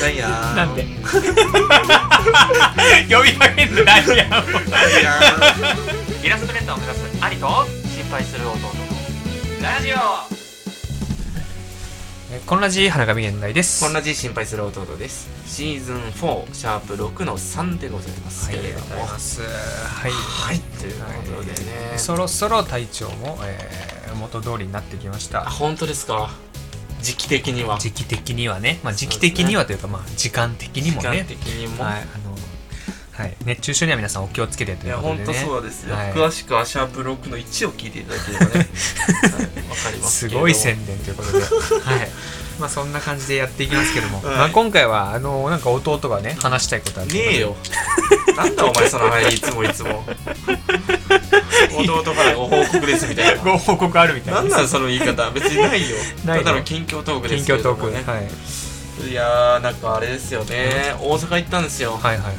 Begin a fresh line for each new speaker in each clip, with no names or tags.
ガイアー
なんで呼びかけてないやんもう
ガイアー
イラストレーターを目指す兄と心配する弟のラジオ
えこんなじ花神現代です
こんなじ心配する弟ですシーズン4シャープ6の3でございます
はい
けれども
はい、
はいということでね
そろそろ体調も、えー元通りになってきまし
あ
た
本当ですか時期的には
時期的にはね、まあ、時期的にはというかまあ時間的にも
時間
ね
的にも、
はい
い、
あのはい、熱中症には皆さんお気をつけてという
や
こと
本
で
当
ね
そうですよ、
はい
詳しくはシャープ6の1を聞いていただければねはいわかります
す
けれども
ごい宣伝ということ で、はいまあ、そんな感じでやっていきますけども、
はい
まあ、今回はあのなんか弟がね話したいことあると
ねえよなんだお前その話いつもいつ も弟からご報告ですみたいな
ご報告あるみたいな
なんなんその言い方別にないよ
ないの
ただの近況トークで
近
すけれ
況
ど
ト
も
ーク、
ね
はい、はい
いやーなんかあれですよね大阪行ったんですよ
はいはい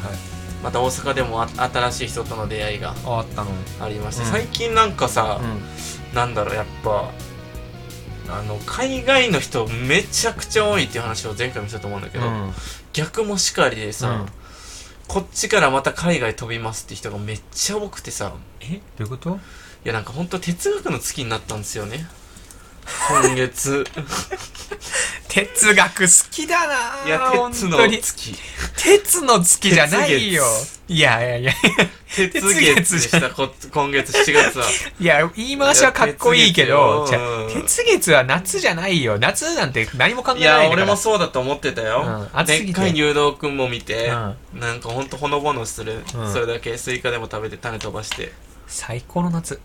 また大阪でもあ新しい人との出会いが
ああったの
ありまして、
うん
最近なんかさ、なんだろうやっぱあの海外の人めちゃくちゃ多いっていう話を前回もしたと思うんだけど、
うん
逆もしかりでさ、
うん
こっちからまた海外飛びますって人がめっちゃ多くてさ
えどういうこと
いやなんかほんと哲学の月になったんですよね 今月
哲学好きだない
や鉄の月
鉄の月じゃないよ
鉄
いやいやいや
鉄月でしたこ今月7月 はい
や言い回しはかっこいいけど
い
じ
や
ゃあ
鉄月よ
鉄月は夏じゃないよ夏なんて何も考え
い
な
や
いんだから
俺もそうだと思ってたよ、
うん暑す
で
ぎて
っかい入道君も見て、
う
なんかほんとほのぼのする、
うん
それだけスイカでも食べて種飛ばして
最高の夏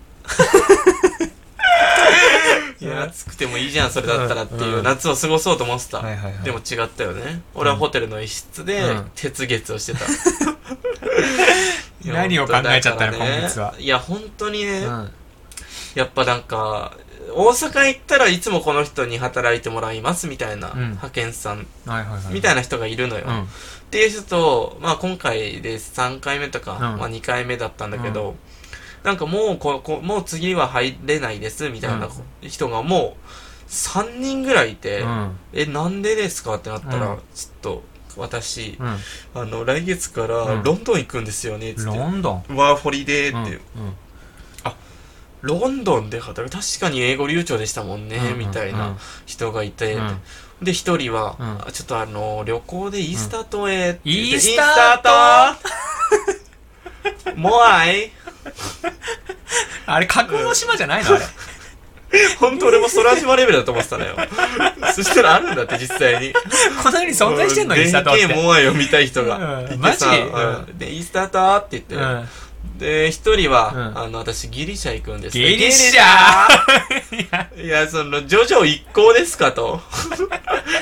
いや暑くてもいいじゃんそれだったらっていう、
うん
夏を過ごそうと思ってた、
はいはいはい
でも違ったよね俺はホテルの一室で、
うん
鉄月をしてたいや
何を考えちゃったの
本当だからね
今月はい
や本当にね、
うん
やっぱなんか大阪行ったらいつもこの人に働いてもらいますみたいな、
うん
派遣さん
はいはいはい
みたいな人がいるのよ、
うん
っていう人と、まあ、今回で3回目とか、
うん
まあ、2回目だったんだけど、なんかもうここもう次は入れないですみたいな人がもう3人ぐらいいて、
うん
えなんでですかってなったら、
うん
ちょっと私
う、ん
あの来月から
うん
ロンドン行くんですよねつって、
ロンドン
ワーホリでー
うん
っ
う
て、
ん
ロンドンで働く確かに英語流暢でしたもんね、
うん
みたいな人がいて、
うん
で一人は、
うん
あちょっとあの旅行でイースター島へって言って、
イースタ
ー島モアイ
あれ架空の島じゃない のあれ
本当俺も空島レベルだと思って たのよそしたらあるんだって実際に
この世に 存在してんの
うん
イースター島っ
でっけえ
て
モアイを見たい人が、
うん
いてさ
マジ
うんでイースター島って言って、
うん
で一人は、
うん
あの私ギリシャ行くんです
ギリシ
ギリシャいやそのジョジョ一行です かと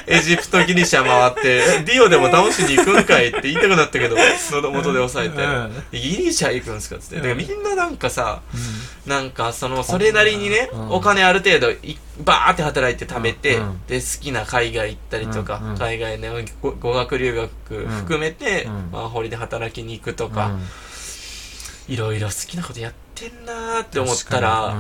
エジプトギリシャ回ってディオでも倒しに行くんかいって言いたくなったけど喉元で押さえて、
うん
でギリシャ行くんですかっつって、
うん
でみんななんかさ
う
なんかそのそれなりにね、
うん
お金ある程度いバーって働いて貯めて、
うんうん
で好きな海外行ったりとか、
うんうん
海外のご語学留学含めて、
うん
まあ、ホリで働きに行くと
ん
か、
うん
いろいろ好きなことやってんなーって思ったら、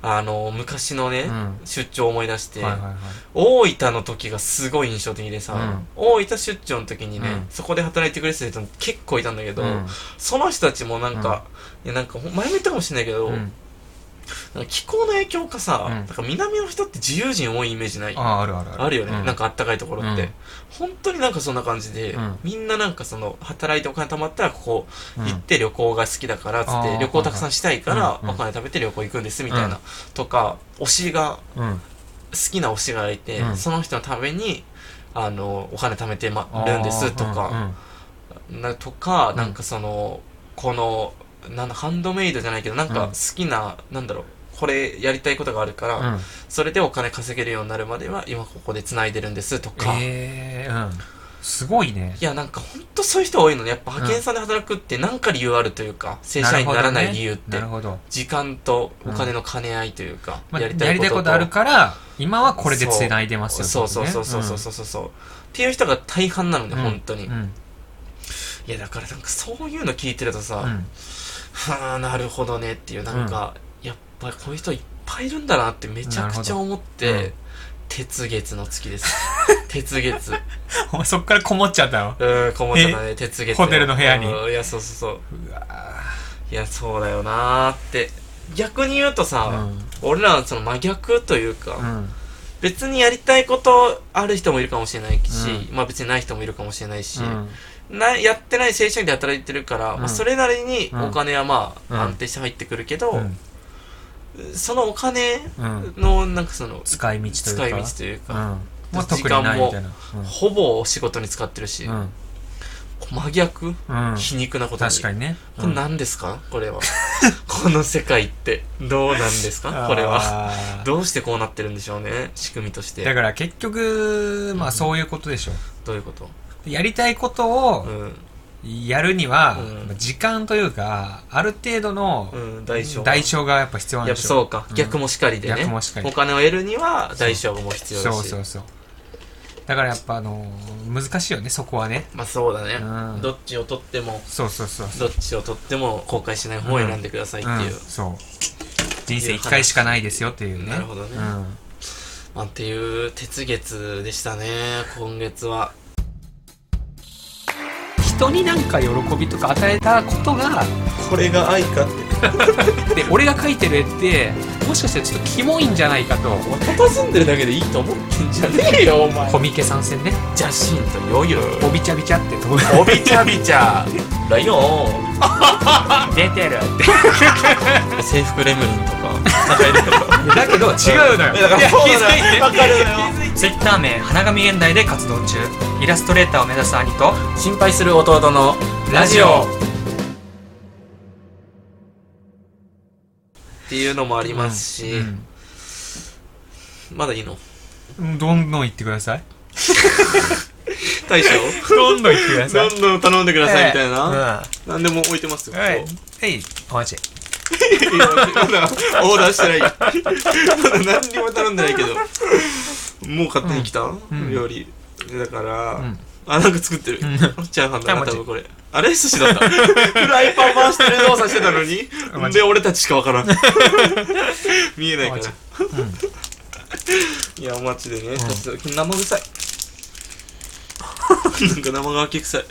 あの昔のね、
確かにうん
出張を思い出して、
うんはいはいはい
大分の時がすごい印象的でさ、
うん
大分出張の時にね、
うん
そこで働いてくれてた人も結構いたんだけど、
うん
その人たちもなんか、いやなんかほん前も言ったかもしれないけど、
うん
なんか気候の影響かさ、
うん
なんか南の人って自由人多いイメージない
ああるある
あるよね、
うん
なんかあったかいところって、
うん
本当になんかそんな感じで、
うん
みんななんかその働いてお金貯まったらここ
うん
行って旅行が好きだからっつっ
あ
て
ー
旅行たくさんしたいから
うん
お金食べて旅行行くんですみたいな、
う
とか推しが
うん
好きな推しがいて、
うん
その人のためにあのお金貯めてまるんですとか、なとか
ん
なんかそのこのなんだハンドメイドじゃないけどなん
う
か
ん
好きな、なんだろうこれやりたいことがあるから、
うんうん
それでお金稼げるようになるまでは今ここで繋いでるんですとか、
ええうんすごいね
いやなんかほんとそういう人多いのねやっぱ派遣さんで働くって何か理由あるというか正社員にならない理由って、
なるほどねなるほど
時間とお金の兼ね合いというか、
まあやりたいことあるから今はこれで繋いでますよ
そうそうそうそうそうそうそうそう、っていう人が大半なので、
うん
本当に、
うん
いやだからなんかそういうの聞いてるとさ、
うんうん
はあなるほどねっていうなんか、やっぱりこういう人いっぱいいるんだなってめちゃくちゃ思っ
なるほどう
て
ん
鉄月の月です。鉄月。
お前そっからこもっちゃったの
うん、こもっちゃったね、鉄月よ。
ホテルの部屋に
うんいや、そうそうそう。いや、そうだよなーって。逆に言うとさ、俺らはその真逆というか、
うん
別にやりたいことある人もいるかもしれないし、
う
まあ別にない人もいるかもしれないし、
うん
なやってない正社員で働いてるから、
うん
まあ、それなりにお金はまあ
うん
安定して入ってくるけど、
うん
そのお金
うん
のなんかその
使い道と
使
いうか
い道という
うん
か、
まあ特にないみたいな
ほぼ仕事に使ってるし、
うん
真逆
うんうん
皮肉なことに
確かにね
これ何ですかこれは この世界ってどうなんですかこれは
は
どうしてこうなってるんでしょうね仕組みとして
だから結局まあそういうことでしょ
どういうこと
やりたいこと
う
を
ん、
やるには
うん
まあ時間というかある程度の
うん、代償
代償がやっぱ必要なん
や
で
っぱ
し
そ
ょ
うか、
うん
逆もしかりでね
逆もしかり
お金を得るには代償も必要だし
そうそうそうだからやっぱあのー難しいよねそこはね
まあそうだね、
うん
どっちを取っても
そうそうそう
どっちを取っても後悔しない方を選んでくださいっていう、
んそう人生一回しかないですよっていうね
なるほどね
うん
まあ、っていう鉄月でしたね今月は
人になんか喜びとか与えたことが
これが愛かって
で俺が描いてる絵ってもしかしたらちょっとキモいんじゃないかと
佇んでるだけでいいと思ってんじゃねえよお前
コミケ参戦ね
じゃしんとよよ
おびちゃびちゃってどう
おびちゃびちゃライオン
出てる
制服レムリン とかなんかいるよ
だけど違うのよ
いやだからそうだよわかるのよ
Twitter 名花神現代で活動中イラストレーターを目指す兄と
心配する弟のラジオっていうのもありますし、まだいいの
うんどんどん言ってください
大将
どんどん言ってくだ
どんどん頼んでくださいみたいな、
な
何でも置いてますよ、
はい
ここ
はいお待ち
いやまだオーダー してないまだ何にも頼んでないけどもう勝手に来た、
ん
料理だから、
ん
あなんか作ってる、
ん
チャーハンだな
あ
多分これあれ寿司だっ たフライパン回してる動作してたの
あ
に
マジ
で俺たちしかわか らん見えないか
マ
ら
ジ
いやお待ちでね、ちょっと 生臭いなんか生乾き臭い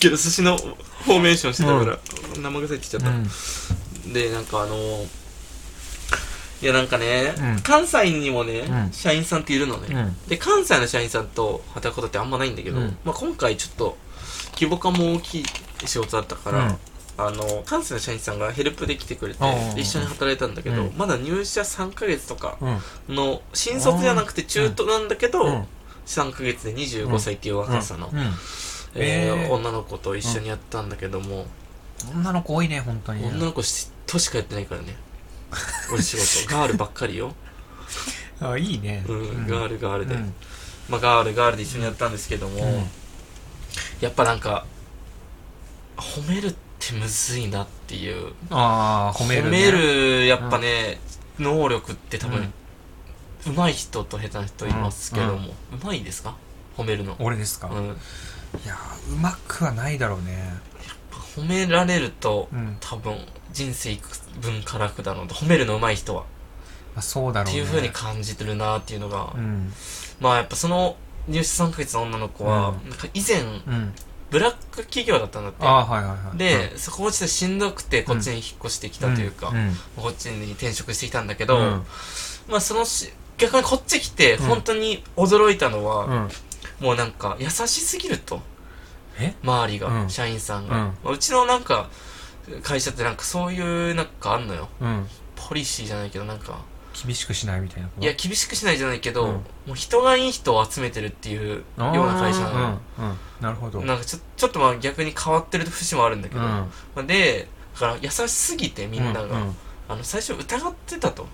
けど寿司のフォーメーションしてたから、生臭いって言っちゃった、でなんかあのいやなんかね、
うん
関西にもね、
うん
社員さんっているのね、
うん
で関西の社員さんと働くことってあんまないんだけど、
うん
まあ、今回ちょっと規模感も大きい仕事だったから、あの関西の社員さんがヘルプで来てくれて
おうおうおう
一緒に働いたんだけど、
うん
まだ入社3ヶ月とか
うん
の新卒じゃなくて中途なんだけど、
うん
3ヶ月で25歳っていう若さの、
うん
えー
えー
女の子と一緒にやったんだけども、
女の子多いね本当に
女の子しとしかやってな いからね俺仕事ガールばっかりよ、
あいいね
うんガールガールで、
うん
まあガールガールで一緒にやったんですけども、
うん
やっぱなんか褒めるってむずいなっていう
ああ褒めるね
るやっぱね、能力って多
うん
分、上手い人と下手な人いますけども、上手いですか褒めるの、
俺ですか
うん、
いやうまくはないだろうね
褒められると、
うん
多分人生いく分からくだので褒めるの上手い人は、
まあそうだろ
っ
う
て
ね
いう風に感じてるなっていうのが、
うん
まあやっぱその入社3ヶ月の女の子は、
う
なんか以前
うん
ブラック企業だったんだって
ああはいはいはい
で、そこ落ちてしんどくてこっちに引っ越してきたというか、
んん
こっちに転職してきたんだけど、
うん
まあそのし逆にこっち来て
うん
本当に驚いたのは、
うん
もうなんか優しすぎると
え
周りが、
うん
社員さん
う
が、
ん
まあうちのなんか会社ってなんかそういうなんかあんのよ
うん
ポリシーじゃないけどなんか
厳しくしないみたいないい
や厳しくしないじゃないけど、
うん
もう人がいい人を集めてるっていうような会社なのよ、
うんうんなるほど
なんかちょちょっとまあ逆に変わってる節もあるんだけ
う
ど、
ん
まあでだから優しすぎてみんなが、
うん
あの最初疑ってたと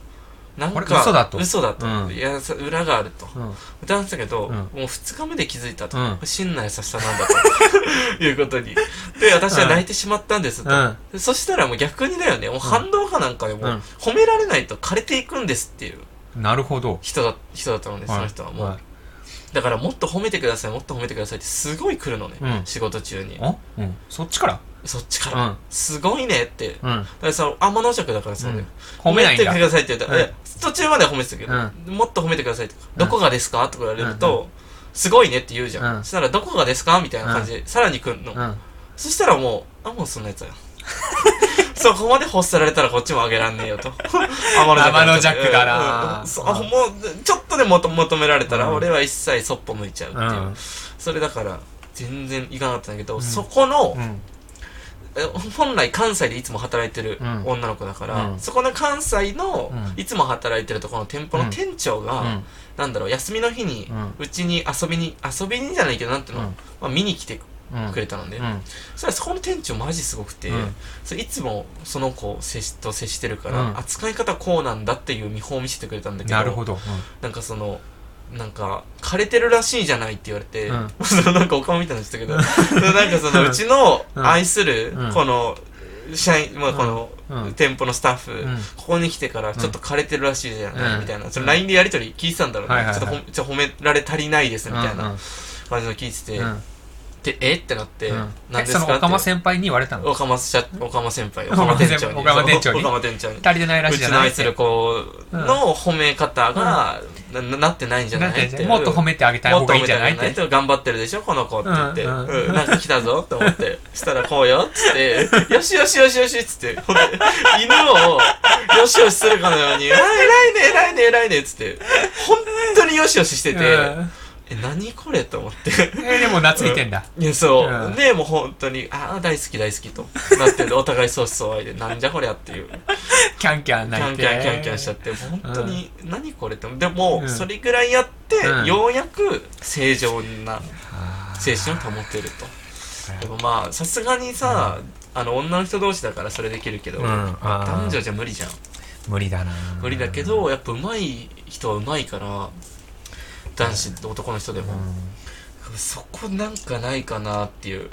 なん
これ嘘だと
嘘だと、
うん
いやさ裏があると
うん
疑ってたけど、
うん
もう2日目で気づいたと、
うん
真の優しさなんだと いうことにで私は泣いてしまったんですと、
うん
でそしたらもう逆にだよねもう反動波なんかでも
うん
褒められないと枯れていくんですっていう
なるほど
人だ人だったので、その人はもう、
はい
だからもっと褒めてくださいもっと褒めてくださいってすごい来るのね、
うん
仕事中に
おうん。そっちから
そっちから、
うん
すごいねってだ
うん。
からさ天の尺だからさ、
うん褒めないん
て
だ
く。ださいって言った
うん
ら、いや途中までは褒めてたけど、
う
もっと褒めてくださいとか、
ん
どこがですかとか言われる
うん
と、すごいねって言うじゃん。
うん
そしたら、どこがですかみたいな感じで、さらに来んの。
うん。
そしたらもう、あ、もうそんなや つだよ。そこまで欲さられたらこっちもあげらんねえよと。天
天の弱だな
うんそうあもう、ちょっとでもと求められたら、
うん
俺は一切そっぽ向いちゃうって
う
いう。
ん。
それだから、全然いかなかったんだけど、
うん
そこの、
うん。
え本来関西でいつも働いてる
うん
女の子だから、
うん
そこの関西の
うん
いつも働いてるところの店舗の店長が、
うん。
なんだろう休みの日に
うん
うちに遊びに遊びにじゃないけどなんていうの、
うん
まあ、見に来て
うん。
くれたので、
うん。
そしたらそこの店長マジすごくて、
うん
それいつもその子を接しと接してるから、
うん
扱い方こうなんだっていう見本を見せてくれたんだけど
なるほど。
なんかそのなんか枯れてるらしいじゃないって言われて、
うん
そのなんかお顔みたいにな人だけど なんかそのうちの
うん
愛する
うん
この社員、まあ、この
うんうん
店舗のスタッフ、
うん
ここに来てからちょっと枯れてるらしいじゃない、
うん
みたいなその LINE でやり取り聞いてたんだろうね、
はいはいはい
ちょっとほちょっと褒められ足りないです
うん。
みたいな
うん。
感じの聞いてて、
うん
でえってなって、
うん
なん、
え
何です
そ
か
の
って
おかま先輩に言われたの
おかましゃおかま先輩
お
お
か
か
ま
ま
先
店
輩
長に
おかま店長に
おかま店長に
足りてないらし
う
いじ
ち
ゃ
の
ない
愛
っ
す
て
る子の褒め方が、なななってないんじゃ
な
なんいってて
もっと褒めてあげたい
も
方
っと
がいいん
褒
じ
め
ゃ
て
な
あ
い
げ
っ
ない
て。
と頑張ってるでしょこの子って言って、
うんうん
うんなんか来たぞって 思ってしたらこうよっつってよしよしよしよしっつって ほんで犬をよしよしするかのよ うに「あ偉いね偉いね偉いね」っつって本当によしよししてて、
うん
え何これと思って。
え、でも懐いてんだ。
いやそう、
うん
でもう本当にああ大好き大好きとなってるお互い相思相愛でなんじゃこりゃっていう
キャンキャン
キ
泣
ャ
い
ン
て。
キャンキャンキャンしちゃって本当に何これってでも、
うん
それぐらいやって、
うん
ようやく正常な
あー
精神を保てるとでもまあさすがにさ、あの女の人同士だからそれできるけど、
うんあー
男女じゃ無理じゃん
無理だな。
無理だけどやっぱ上手い人は上手いから男子男の人で
う
も、
ん。
そこなんかないかなっていう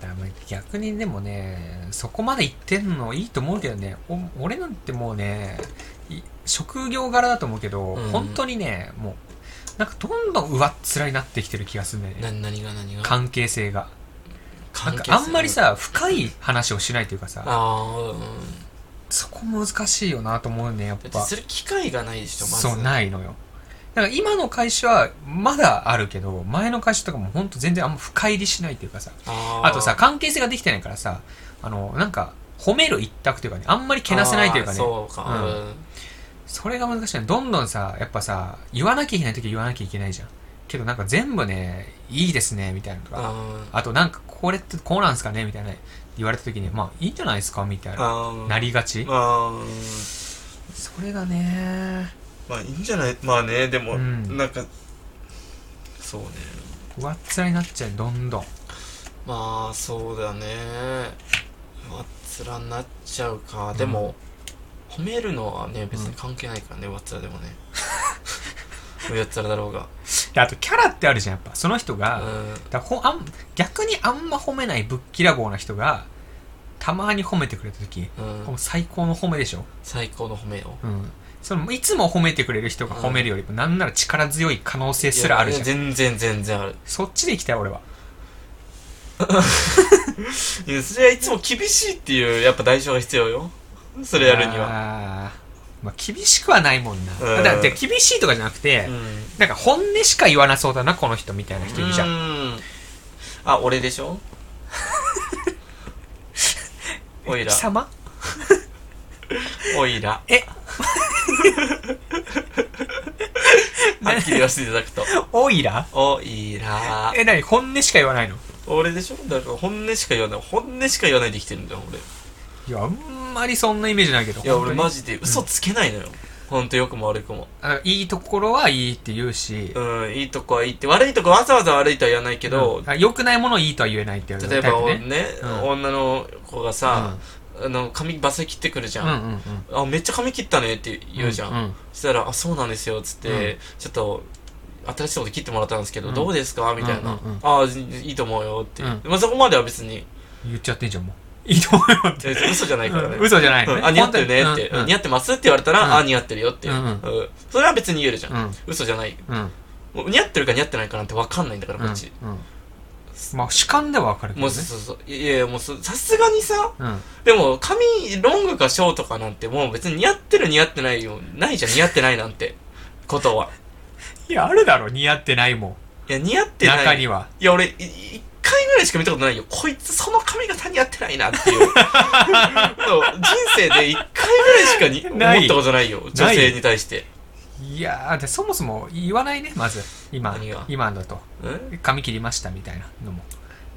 だから逆にでもねそこまで行ってんのいいと思うけどねお俺なんてもうねい職業柄だと思うけど、
うん
本当にねもうなんかどんどん上っ面になってきてる気がするんだよね
な何が何が
関係性がなん
関
か
係性
あんまりさ深い話をしないというかさ
ああうん
そこ難しいよなと思うねやっ
だって
ぱ
する機会がないでしょまず
そうないのよだから今の会社はまだあるけど前の会社とかもほんと全然あんま深入りしないというかさ
あー
あとさ、関係性ができてないからさ、あの、なんか、褒める一択というかね、あんまりけなせないというかね、
あーそうか、
う
うん
それが難しいね。どんどんさ、やっぱさ、言わなきゃいけないときは言わなきゃいけないじゃん。けどなんか全部ね、いいですね、みたいなのとか、
あ
あとなんか、これってこうなんすかね、みたいな言われたときに、まあ、いいんじゃないですか、みたいな、
あ
なりがち。
まあ
それがね、
まあいいんじゃないまあねでも、
うん
なんかそうね
上っ面になっちゃう、どんどん。
まあそうだねわっつらになっちゃうかでも、褒めるのはね別に関係ないからね、わっつらでもね うやっつらだろうが
であと、キャラってあるじゃん、やっぱ。その人
う
が、
ん
だほあん逆にあんま褒めないぶっきらぼうな人がたまに褒めてくれた時、
うん
この最高の褒めでしょ、
最高の褒めを
うん、そのいつも褒めてくれる人が褒めるよりも、なんなら力強い可能性すらあるじゃん
全然全然ある
そっちで行きたい俺はい
やそれはいつも厳しいっていうやっぱ代償が必要よそれやるには
はまあ厳しくはないもんな、
うん
だって厳しいとかじゃなくて、
うん
なんか本音しか言わなそうだなこの人みたいな人いるじゃん、
うーんあ俺で しょおいら
貴様
おいら
え
はっきり言わせていただくと
おいら
おいら
え何本音しか言わないの
俺でしょだから本音しか言わない本音しか言わないで生きてるんだよ俺い
いやあんまりそんなイメージないけど
や
本当
俺
に
マジで嘘つけないのよ、ほんと良くも悪くも
あのいいところはいいって言うし、
うんいいとこはいいって悪いとこわざわざ悪いとは言わないけど、
あ良くないものをいいとは言えないっていう
例えば
タイ
ね
プうん
女の子がさ、あの髪バサ切ってくるじゃ、
うんうんんうんうん
あめっちゃ髪切ったねって言うじゃん、
うん
そしたら「あそうなんですよ」っつって、
う
ちょっと新しいこと切ってもらったんですけど、
うん
どうですかみたいな
う
「
んうんうん
ああいいと思うよ」って、
うん
まあ、そこまでは別に
言っちゃってんじゃんもういいと思うよって、
え嘘じゃないからね、
うん嘘じゃないの
うんあ似合ってるねって、
うんうん
似合ってますって言われたら、
うん
あ似合ってるよって、
うん
うんそれは別に言えるじゃん、
うん
嘘じゃない
うん
ももう似合ってるか似合ってないかなんて分かんないんだから、こっち。
うんうんまあ主観ではわかるけど
もう
ね
そうそうそう。いやいや、もうそさすがにさ、
うん
でも髪ロングかショートかなんてもう別に似合ってる似合ってないよ。ないじゃん、似合ってないなんて。ことは。
いやあるだろ似合ってないもん
いや、似合ってない。
中にはい
や、俺、い一回ぐらいしか見たことないよ。こいつ、その髪型に合ってないなっ ていう。そう人生で一回ぐらいしかに
ない
思ったことないよ。女性に対して。
いやーでそもそも言わないねまず今
何が
今だと
ん
髪切りましたみたいなのも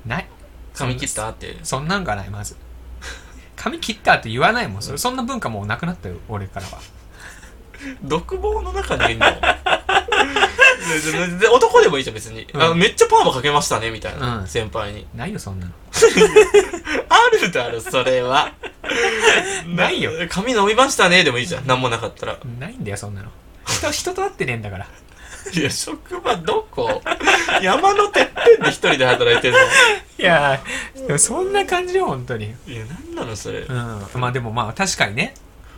ない
髪切ったって。
そんなんがないまず髪切ったって言わないもんそれそんな文化もうなくなったよ俺からは
独房の中 にいんのでで男でもいいじゃん、別に、あの。めっちゃパーマかけましたね、みたいな。
うん
先輩に。
ないよそんなの
あるだろ、それは。
ないよ。
髪伸びましたね、でもいいじゃん。なんもなかったら。
ないんだよそんなの人人と会ってねえんだから
いや、職場どこ 山のてっぺんで一人で働いてんの
いやーでもそんな感じよ本当に
いや、なんなの、それ
う。んまあでもまあ確かにね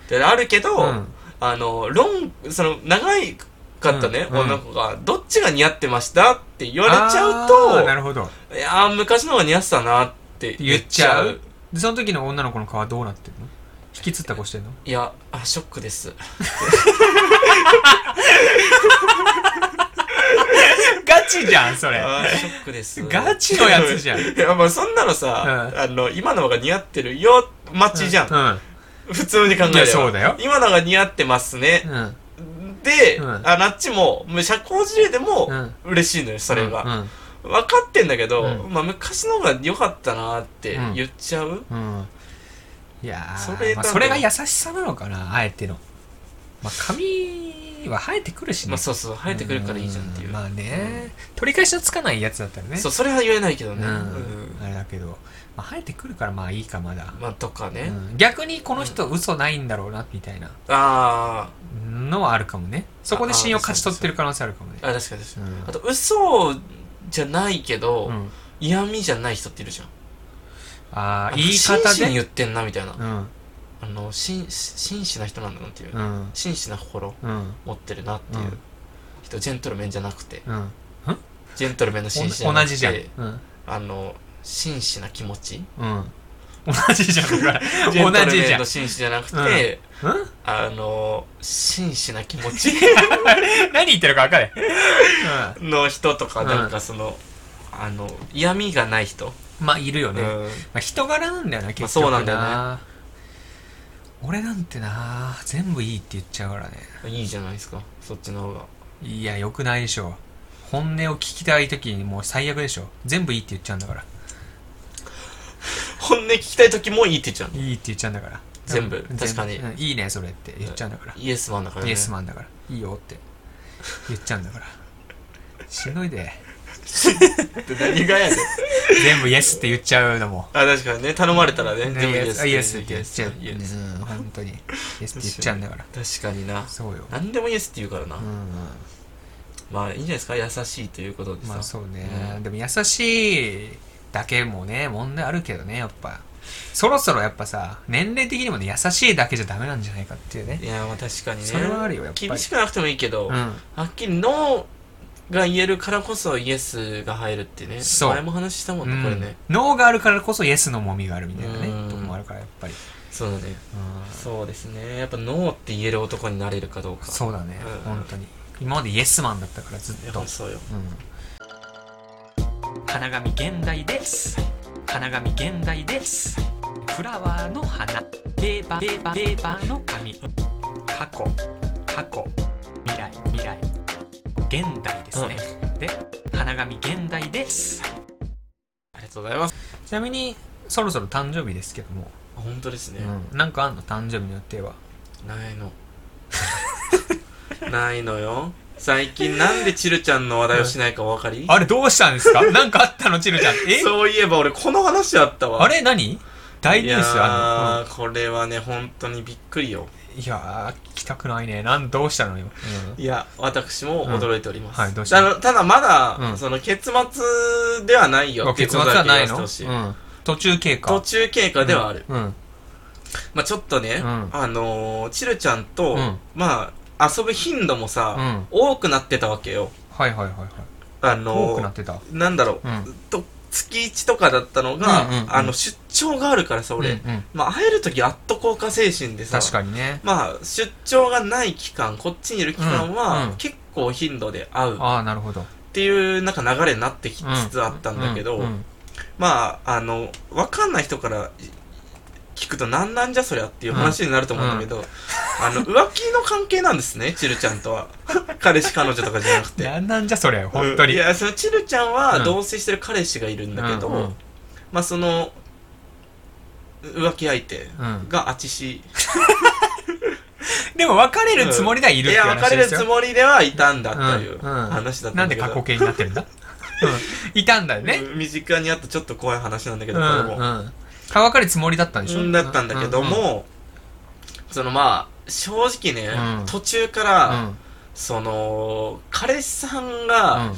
であるけど、
うん
あのロンその長いかったね、
うん
女の子がどっちが似合ってましたって言われちゃう
あーな
と
るほど
いやー昔の方が似合ってたなって
言
言
っ
っ
ち
ち
ゃ
ゃ
う
う
でその時の女の子の顔はどうなってるの引きつった子してんの
いやあショックです
ガチじゃんそれ
あーショックです
ガチのやつじゃん
いやまあそんなのさ、
うん
あの今の方が似合ってるよ待ちじゃん、
うん
普通に考えれば
いやそうだよ
今のが似合ってますね、
うん
で、
うん
あなっちももう社交辞令でも
うん
嬉しいのよそれが、
うん
分かってんだけど、
う
まあ昔の方が良かったなって言っちゃう、
うん、うんいやーまあ
そ
それ,、
れ
が優しさなのかなあえてのまあ髪は生えてくるしね、
まあそうそう生えてくるからいいじゃんっていう、
んまあね、取り返しのつかないやつだったらね
そうそれは言えないけど
う
ね、
ん、
うん
あれだけど、まあ、生えてくるからまあいいかまだ、
まあとかね、
うん逆にこの人嘘ないんだろうなみたいな
あ
のはあるかもねそこで信用勝ち取ってる可能性あるかもね
ーあ確かに確かに、
うん
あと嘘じゃないけど、
うん
嫌味じゃない人っているじゃん
ああ
あ
言い方
真摯に
で
言ってんなみたいな、
うん
あの真真摯な人なんだなっていう、
うん
真摯な心
うん
持ってるなっていう、
うん
人ジェントルメンじゃなくて
うん
ジェントルメンの
お
紳
ん
士じゃな
同
くて
じじゃんうん
あの真摯な気持ち
うん同じじゃんだか
ジェン
ら同
トル
じじゃ
メン
ん
の紳士じゃなくて、
うん
あの真摯な気 持ち
何言ってるか分かれ。
の人とか、なんかその、あの、嫌味がない人。
うん。まあ、いるよ
う
ね。ま
ん。
あ、人柄なんだよな、結局な。
そうなんだよね
俺なんてな、全部いいって言っちゃうからね。
いいじゃないですか、そっちの方が。
いや、良くないでしょ。本音を聞きたい時にもう最悪でしょ。全部いいって言っちゃうんだから。
本音聞きたい時もいいって言っちゃうの。
いいって言っちゃうんだから。
全部
うん
確かに
全部うんいいね、それって言っちゃうんだから。
イエスマンだからね。
イエスマンだから。いいよって言っちゃうんだから。しんどいで。
ンって何が やねん。
全部イエスって言っちゃうのも。
あ、確かにね、頼まれたらね、全部
ねイエスって
イ
言
エ
っちゃう。
イエス
うん、本当に。イエスって言っちゃうんだから。
確かにな。
そうよ。
何でもイエスって言うからな。
うん、
まあ、いいんじゃないですか、優しいということで
まあ
さ。
そうね、
うん
でも優しいだけもね問題あるけどねやっぱそろそろやっぱさ年齢的にもね優しいだけじゃダメなんじゃないかっていうね
いや、まあ確かにね。
それはあるよやっぱり
厳しくなくてもいいけど、
う
は
ん
っきりノーが言えるからこそイエスが入るってね。
そう
前も話したもん
う
ね、
ん
これね。
脳があるからこそイエスの重みがあるみたいな
うん
ねとこもあるからやっぱり、
そうだね。
うん、
そうですねやっぱノーって言える男になれるかどうか
そうだね、
うん
本当に今までイエスマンだったからずっ
いや
と、うん、
そうよ
花紙現代です花紙現代ですフラワーの花ペーパーペーパーペーパーの紙過去過去未来未来現代ですね、で花紙現代です
ありがとうございます
ちなみにそろそろ誕生日ですけども、
本当ですね、
うん、なんかあんの誕生日の予定は
ないの ないのよ最近なんでチルちゃんの話題をしないかお分かり、
あれどうしたんです かなんかあったのちるちゃんえ
そういえば俺この話あったわ
あれ何大ニュース
いや
あ
ーこれはね本当にびっくりよ
の、うんいやー聞きたくないねなんどうしたのよ、うん
いや私も驚いております、
うんはいどうしたの
だただまだ、
うん
その結末ではないよ
あ
っていう
結
こ
末
とだ
は
け言
ない
わせて
の、
ほしい、
うん、途中経過
途中経過ではある、
うん
まあちょっとね、
うん
あのー、チルちゃんと、
うん
まあ遊ぶ頻度も
う
さ、
ん
多くなってたわけよ。
はいはいはいはい
あ
多
の
くなってた
なんだろう、
うん
と月1とかだったのが、
うんうんうん
あの出張があるからさ俺、
うんうん
まあ、会える時アット効果精神でさ
確かにね
まあ出張がない期間こっちにいる期間は、
うんうん
結構頻度で会うっ
ああなるほど
ていうなんか流れになってきつつあったんだけど、
うんうん
まああのわかんない人からい聞くとなんなんじゃそりゃっていう話になると思うんだけど、あの浮気の関係なんです ねチルちゃんとは彼氏彼女とかじゃなくて
なんなんじゃそれ 本当
うんい
に
やそのチルちゃんは
うん
同棲してる彼氏がいるんだけど、
うんうん
まあその浮気相手
うん
があちし
でも別れるつもりではいるっ
い
て
や別
話
れ
で
る
す
つ
よ
もりではいたんだという
うんうん
話だった
なんんで
だけど、
過去形になってる んだうんいたんだよね
うん身近にあったちょっと怖い話なんだけ
う
ど、
ん
これも
うん乾かるつもりだったんでしょ
だったんだけども、
うん
そのまあ正直ね、
うん
途中か
う
ら、
ん
その彼氏さんが
うん
若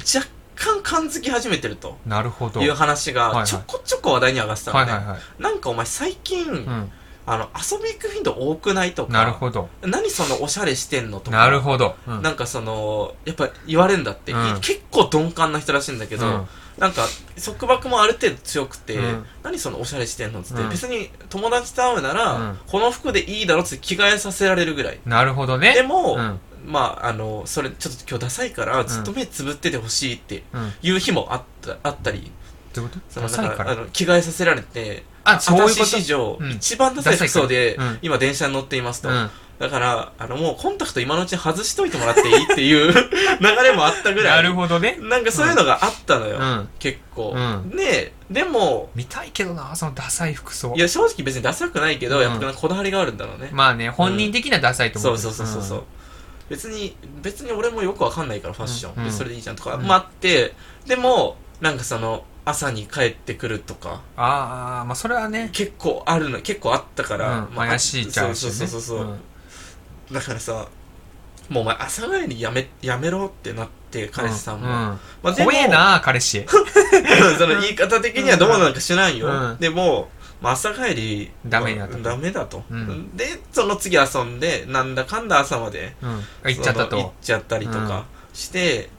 干感づき始めてると
なるほど
いう
は
話
はいは
が
い
ちょこちょこ話題に上がってた
い
の
はい
ね、
はい
なんかお前最近、
う
あの遊び行く頻度多くないと
んなる
か
ほど
何そのおしゃれしてんのとか
なるほどうん
なんかそのやっぱ言われるんだって、
うん
結構鈍感な人らしいんだけど、
うん
なんか束縛もある程度強くて、
うん
何そのおしゃれしてんのっつって、
うん
別に友達と会うなら、
うん
この服でいいだろっつって着替えさせられるぐらい
なるほどね
でも、
うん
まああのそれちょっと今日ダサいからずっと目つぶっててほしいって
うん
いう日もあったあったり
どういうこと
その
ダ
な
サ
ん
い
か
か
あ
ら
の着替えさせられて
あそういうこ
私史上
うん
一番ダサい服装
ダサい
で、
からうん
今電車に乗っていますと、
とうん
だからあのもうコンタクト今のうちに外しといてもらっていいっ ていう流れもあったぐら
ないるほどね
なんかそういうのがあったのよ、
うん
結構、
うん
ででも
見たいけどなそのダサい服装
いや正直別にダサくないけど、
うん
やっぱこだわりがあるんだろうね、
まあね本人的にはダサいと思
そううそうそうそうそう、別に別に俺もよくわかんないからファッション、
うん
でそれでいいじゃんとか、
うん
待ってでもなんかその朝に帰ってくるとか
ああまあそれはね
結構あるの結構あったから、
うん
まあ
怪しいちゃうしね
そうそうそうそう、
ん
だからさもうお前朝帰りやめやめろってなって彼氏さんも、
うん
まあでも
怖えな彼氏
その言い方的にはどうなのか知らんよ、
うん
でも、まあ、朝帰り
ダメになったと
ダメだと、
うん
でその次遊んでなんだかんだ朝まで
うん行っちゃった
その行っ
と
ちゃったりとかして、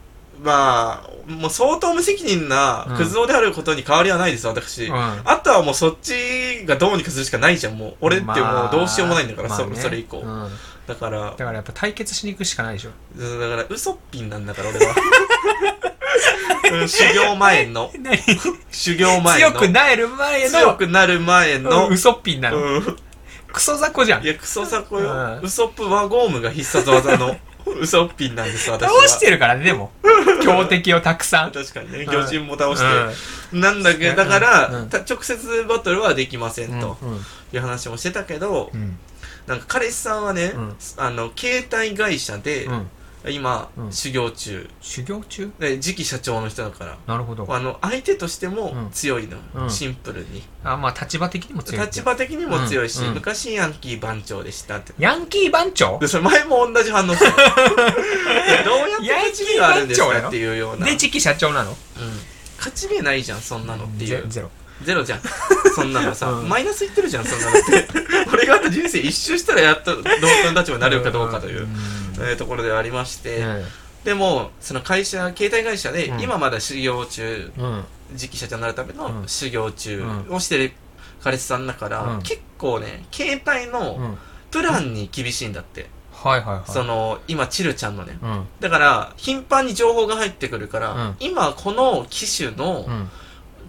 まあもう相当無責任なクズ男であることに変わりはないです私、
うん
あとはもうそっちがどうにかするしかないじゃんもう俺ってもうどうしようもないんだから、
まあ
そ
まあね
それ以降、
うん
だから
だからやっぱ対決しに行くしかないでしょ
うんだから嘘っぴんなんだから俺は うん修行前の
何
修行前の
強くなえる前
強
の
くなる前の、
うん嘘っぴんなの
うん
クソ雑魚じゃん
いや、クソサコよ。
うん
ウソップ輪ゴムが必殺技のウソッピンなんです、私は。
倒してるからねでも強敵をたくさん
確かにね、
うん
魚人も倒し
うん
て。なんだけど、だか
うん
ら、
うん
た直接バトルはできませんと
うん
いう話もしてたけど
う、ん
なんか彼氏さんはね
うん、
あの、携帯会社で
う、ん
今
う、ん
修行中。
修行中
で次期社長の人だから。
なるほど
あの、相手として
う
も
ん
強いの
う。ん
シンプルに。
あまあ立場的にも強い
立場的にも強いし
う、んうん
昔ヤンキー番長でしたって。
ヤンキー番長
で、それ前も同じ反応 してたでどうやって勝ち目があるんです
ヤンキー番長
か
よ
っていうような。
で次期社長なの
うん勝ち目ないじゃん、そんなのっていう
ゼ。ゼロ
ゼロ じゃん。そんなのさ、
うん
マイナスいってるじゃん、そんな のって。俺があと人生一周したらやっと同等の立場になれるかどうかという。えーところではありまして、でもその会社携帯会社で、
うん
今まだ修行中
うんうん
次期社長になるため
う
の
ん
修行中
う
をしてる彼氏さんだから、
うん
結構ね携帯
う
の
ん
プランに厳しいんだって、
はいはいはい
その今チルちゃんのね、
うん
だから、頻繁に情報が入ってくるから、
うん
今この機種の、
うん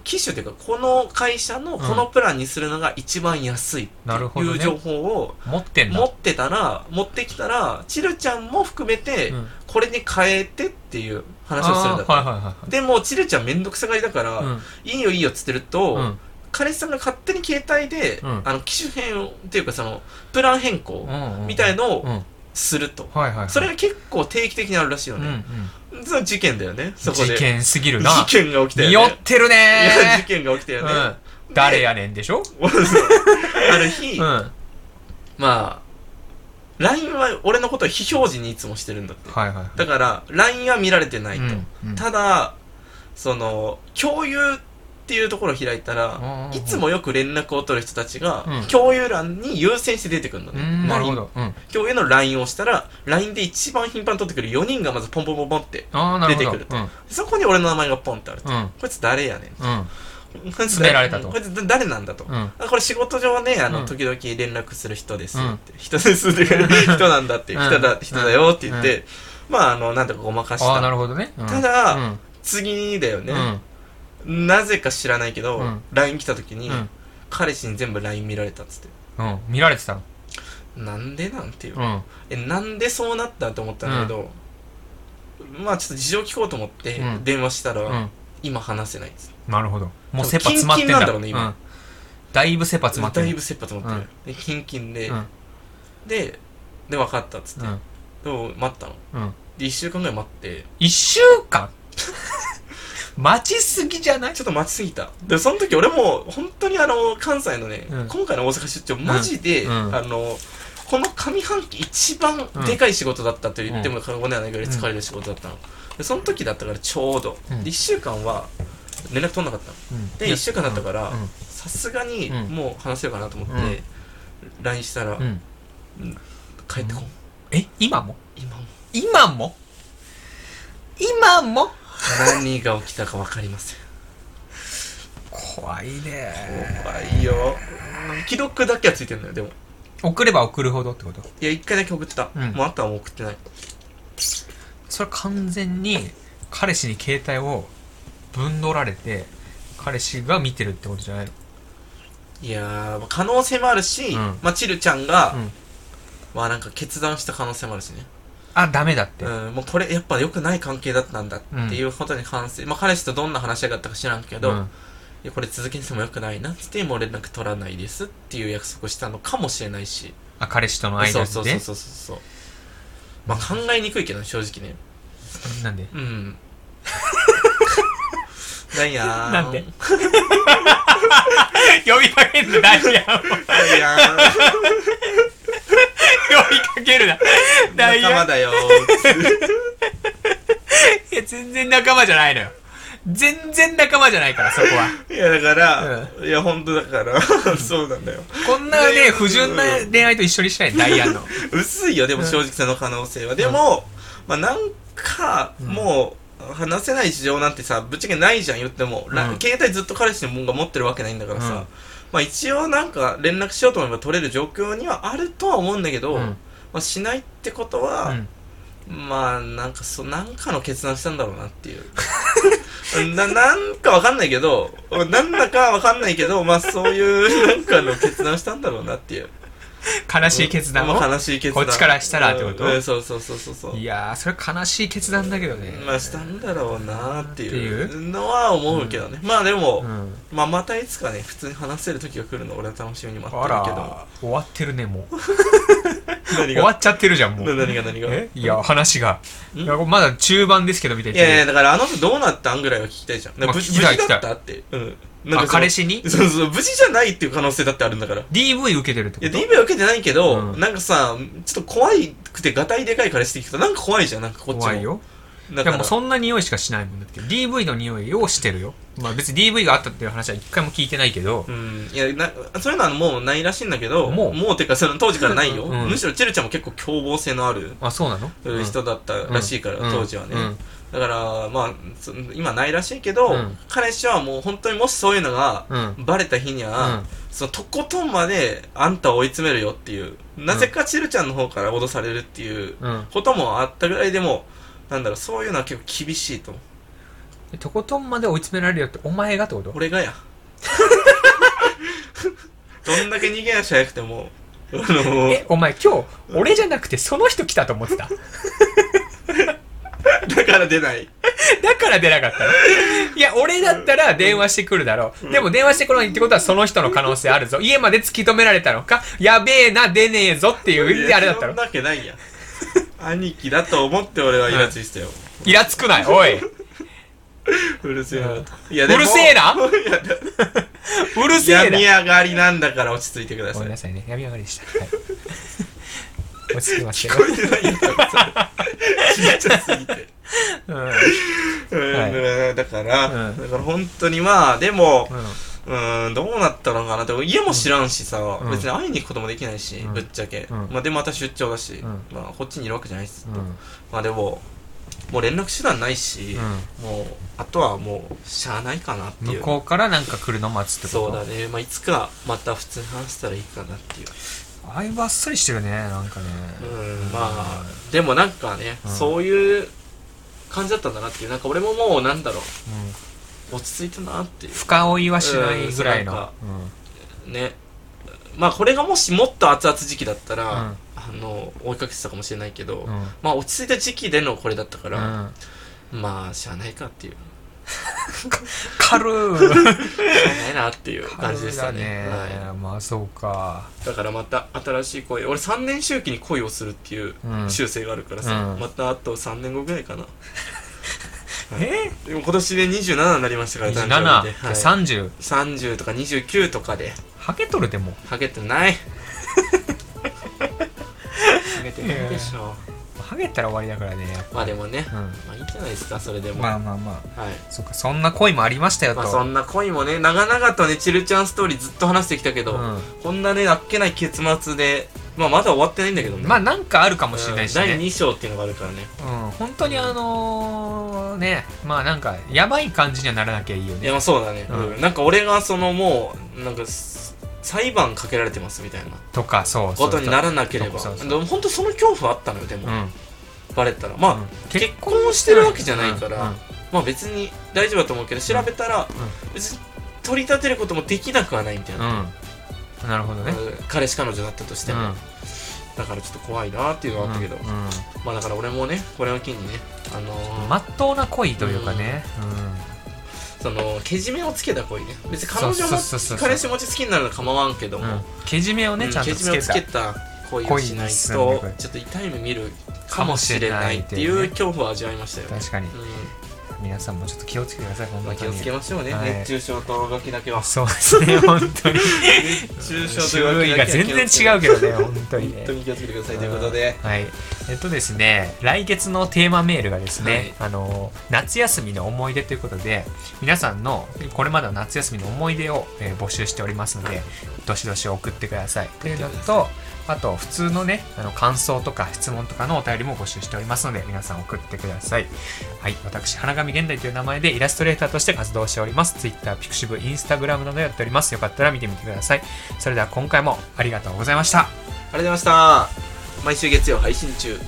機種というか、この会社のこのプランにするのが一番安いって
なるほ
い
ど
う
ね
情報を
持ってんだ
持ってたら、持ってきたら、チルちゃんも含めて、
うん
これに変えてっていう話をする
あ
んだって。
ーはいはいはい
でも、チルちゃんめんどくさがりだから、
はい
いいよいいよっつってると、
うんうん
彼氏さんが勝手に携帯で、
うん
あの、機種変を、っていうかその、プラン変更
うんうん
みたいの
う
を
ん
すると。
はいはい
それが結構定期的にあるらしいよ
うん
ね。
うん
その事件だよね、そこで。
事件すぎるな
事件が起きたよ
に
ね。
よってる
いや事
ね
件が起きたよね。
うん誰やねんでしょ
ある日、
うんはい
まあ、LINE は俺のことを非表示にいつもしてるんだって。
はいはい
だから、LINE は見られてないと。
うんうん
ただ、その、共有
っていうところを開いたら、いつもよく連絡を取る人たちが、
うん
共有欄に優先して出てくるの
う
ね。
んなるほ
LINE
ど、うん、
共有の LINE をしたら、LINE で一番頻繁に取ってくる4人がまずポンポンポンポンって、
ああなるほど
出てくると
うん
そこに俺の名前がポンってあると。
うんうん
こいつ誰やねん。こいつ
詰められたと
こいつ誰なんだと。
うん
あこれ仕事上ね、あ
うん
の、時々連絡する人です
うん
って。人ですっていうか、人なんだっていう、
うん
人だ、人だよって言って、まあ、あの、なんとかごまかし
ああな
た。
るほどね、うん
ただ
うん
次だよね
う。ん
なぜか知らないけど、
うん
LINE 来た時に、
うん
彼氏に全部 LINE 見られたっつって。
うん、見られてたの
なんでなんていう。
うん
え、なんでそうなったと思ったんだけど、まあちょっと事情聞こうと思って
うん
電話したら、
うん
今話せないっつって
なるほどもう切羽詰まってん
キンキン
だ
なんだろうね今
ん、だいぶ切羽詰まって
だい
る
ぶ切羽詰まってる、でキンキンで、
うん
でで分かったっつって、
うん
でも待ったの
うん
で1週間ぐらい待って
1週間 待ちすぎじゃない
ちょっと待ちすぎたでその時俺も本当にあの関西のね、
うん
今回の大阪出張マジで、
うん
あのこの上半期一番でかい仕事だったと言っても過言ではないぐらい疲れる仕事だったの、でその時だったからちょうど、
うん
で1週間は連絡取んなかったの
うん
で1週間だったから
うん
さすがに
うん
もう話せるかなと思って
うん
LINE したら
うん
帰ってこん
え今も
今も
今も今も
何が起きたか分かりません
怖いね
怖いよ既読だけはついてんだよでも
送れば送るほどってこと
いや1回だけ送ってた、
うん
もうあとはもう送ってない
それ完全に彼氏に携帯をぶんどられて彼氏が見てるってことじゃないの
いやー可能性もあるし、
うん
まあちるちゃんが、
うん
まあなんか決断した可能性もあるしね、
あダメだって、
うん、もうこれやっぱ良くない関係だったんだっていうことに関して、まあ彼氏とどんな話し合いだったか知らんけど、
うん
いやこれ続けても良くないなっつってもう連絡取らないですっていう約束したのかもしれないし
あ彼氏との間で
そうそうそうそうそうそうまあ考えにくいけどね正直ね
なんで
うんなんやー
なんで 呼びかけるなダイヤモ
な
ン
んやー
呼びかけるなダイヤ
仲
モ
間
ン
だよ
いや全然仲間じゃないのよ全然仲間じゃ ないからそこは
ーいやだから、いや本当だから そうなんだよ
こんなね不純な恋愛と一緒にしたいダイヤの
薄いよでも正直さの可能性は、でも、まあなんか、もう話せない事情なんてさぶっちゃけないじゃん言っても、ら
うん
携帯ずっと彼氏のもんが持ってるわけないんだからさ、
うん
まあ一応なんか連絡しようと思えば取れる状況にはあるとは思うんだけど、
うん
まあ、しないってこと
う
は、
ん
まあなんかそなんかの決断したんだろうなっていう ななんかわかんないけどなんだかわかんないけどまあそういうなんかの決断したんだろうなっていう
悲しい決断を
まあ悲しい決断
こっちからしたらってこと
うんうんそうそうそうそうそう
いやーそれ悲しい決断だけどね
まあしたんだろうなーって
って
いうのは思うけどね、まあでも、
うん
まあ、またいつかね普通に話せる時が来るの俺は楽しみに待っ
あ
てるけども
ら終わってるねもう
何
終わ
が
っちゃってるじゃんも
な
う
何が何が
えいや話が
ん
いやまだ中盤ですけどみたい
い
な
やいやだからあの人どうなったんぐらいは聞きたいじゃん、
ま
無
あ聞
事
きたい
無事だったってうんなんかその
あ彼氏に
そうそう無事じゃないっていう可能性だってあるんだからい
DV 受けてるって
や
こと
DV は受けてないけど、
うん
なんかさちょっと怖いくてがたいでかい彼氏って聞くとなんか怖いじゃんなんかこっちも
怖いよ
だ
で
から
もそんな匂いしかしないもんだって DV の匂いをしてるよまあ別に DV があったっていう話は一回も聞いてないけど
うん、いやなそういうのはもうないらしいんだけど
も
も
う
うてかその当時からないよ、
うん
むしろチェルちゃんも結構凶暴性のある
あそうなの
うん人だったらしいから、
うん
当時はね、
うん
だからまあそ今ないらしいけど、
うん
彼氏はもう本当にもしそういうのが
うん
バレた日には、
うん
そのとことんまであんたを追い詰めるよっていうなぜかチェルちゃんの方から脅されるっていう
うん
こともあったぐらいでもなんだろうそういうのは結構厳しいと思う
でとことんまで追い詰められるよってお前がってこと
俺がや どんだけ逃げ足早くてもあの
えお前今日俺じゃなくてその人来たと思ってた
だから出ない
だから出なかったのいや俺だったら電話してくるだろうでも電話してこないってことはその人の可能性あるぞ家まで突き止められたのかやべえな出ねえぞっていうあれだった
そ
ろ
んなわけないやん兄貴だと思って俺はイラついてたよ、
イラつくないおいう
るせえ
う
なん いや
うるせえな
や
い
だ
うるせえな
病み上がりなんだから落ち着いてくだ
ご
さ
めん
い
なさいね病み上がりでした、はい落ち着きますけ
聞
ど
こ。えてないんだよそれちっちゃすぎて
うん。うん。
うん
はい
だからだから、
うん
だから本当にまあでもうんどうなったのかなって家も知らんしさ、
ん
別に会いに行くこともできないし、
うん
ぶっちゃけ、
うん
まあ、でまた出張だし、
ん
まあ、こっちにいるわけじゃないです、
うん。
まあでももう連絡手段ないし、もうあとはもうしゃあないかなって
向
いう
こうからなんか来るの待つってこと
そうだね、まあ、いつかまた普通に話せたらいいかなっていう
あいばっさりしてるね、なんかね。
うんまあでもなんかね、
うん
そういう感じだったんだなっていうなんか俺ももうなんだろ
うん。
う落ち着いたなってい
深追いはしないぐらい
うんそうなん
の
か。
うん。
うねまあこれがもしもっと熱々時期だったら、
うん
あの追いかけてたかもしれないけど、
うん。
まあ落ち着いた時期でのこれだったか
う
ら、
ん。
まあしゃあないかっていう
軽い
しゃあないなっ ていう感じでしたね
軽いだ
は
まあそうか。
い、だからまた新しい恋俺3年周期に恋をするっていう
うん
習性があるからさ、
うん
またあと3年後ぐらいかな
え
でも今年で27になりましたから
?27
誕生日で、はい
?30?
30とか29とかで
ハゲとるでも。
ハゲてないハゲてないでしょ
ハゲたら終わりだからね、やっ
まあでもね、
ぱ。
まあいいんじゃないですかそれで
うん。
も、
まあまあまあ。
はい
そうか、そんな恋もありましたよと。
まあそんな恋もね長々とねチルちゃんストーリーずっと話してきたけど、
うん
こんなねあっけない結末で、まあ、まだ終わってないんだけどね
まあなんかあるか
あ
もしれないし
第
ね。
2章っていうのがあるからね
うん。本当にあのー、ね、まあなんか、やばい感じにはならなきゃいいよ
いや
ね。
まあそうだね、
うん
うんなんか俺がそのもうなんかす裁判かけられてますみたいな
とか、そうそう。
ことにならなければ
そうそうそう
でも本当その恐怖あったのよでも、
うん。
バレたらまあ、
うん
結婚してるわけじゃないから、
うん
まあ別に大丈夫だと思うけど調べたら、別に取り立てることもできなくはないみたいな、
うん。なるほどね。
うん彼氏彼女だったとしても、だからちょっと怖いなっていうのはあったけど、
うんうん
まあだから俺もねこれを機にねあのー
まっとうな恋というかね、
そのけじめをつけた恋ね別に彼女
そうそうそうそ
も
う
彼氏持ち好きになるのは構わんけど
うん
も、
うんけじめをね、
うん
ちゃんと
け
つ
じめ
け
をつけ
た
た恋をし
恋に
ないと
進んでく
ちょっと痛い目見るかもしれないっ
かも
てい
しれないっていう
う
ね
恐怖を味わいましたよ、
確かに
う
皆さんもちょっと気をつけてください本
ん
当
ま
に
あ、気をつけましょうね、
はい
熱中症とガキだけは
そうですね本当 に
熱中症と浮
種
気
類が
だけは
全
気をつけて
然違うけどね本当に
本
ね
当に気をつけてくださいということで、
はいえっとですね来月のテーマメールがですね、あの夏休みの思い出ということで皆さんのこれまでの夏休みの思い出を、えー募集しておりますのでどしどし送ってくださいというのとあと普通のねあの感想とか質問とかのお便りも募集しておりますので皆さん送ってくださいはい私花神現代という名前でイラストレーターとして活動しております Twitter、Pixiv、Instagram などやっておりますよかったら見てみてくださいそれでは今回もありがとうございました
ありがとうございました毎週月曜配信中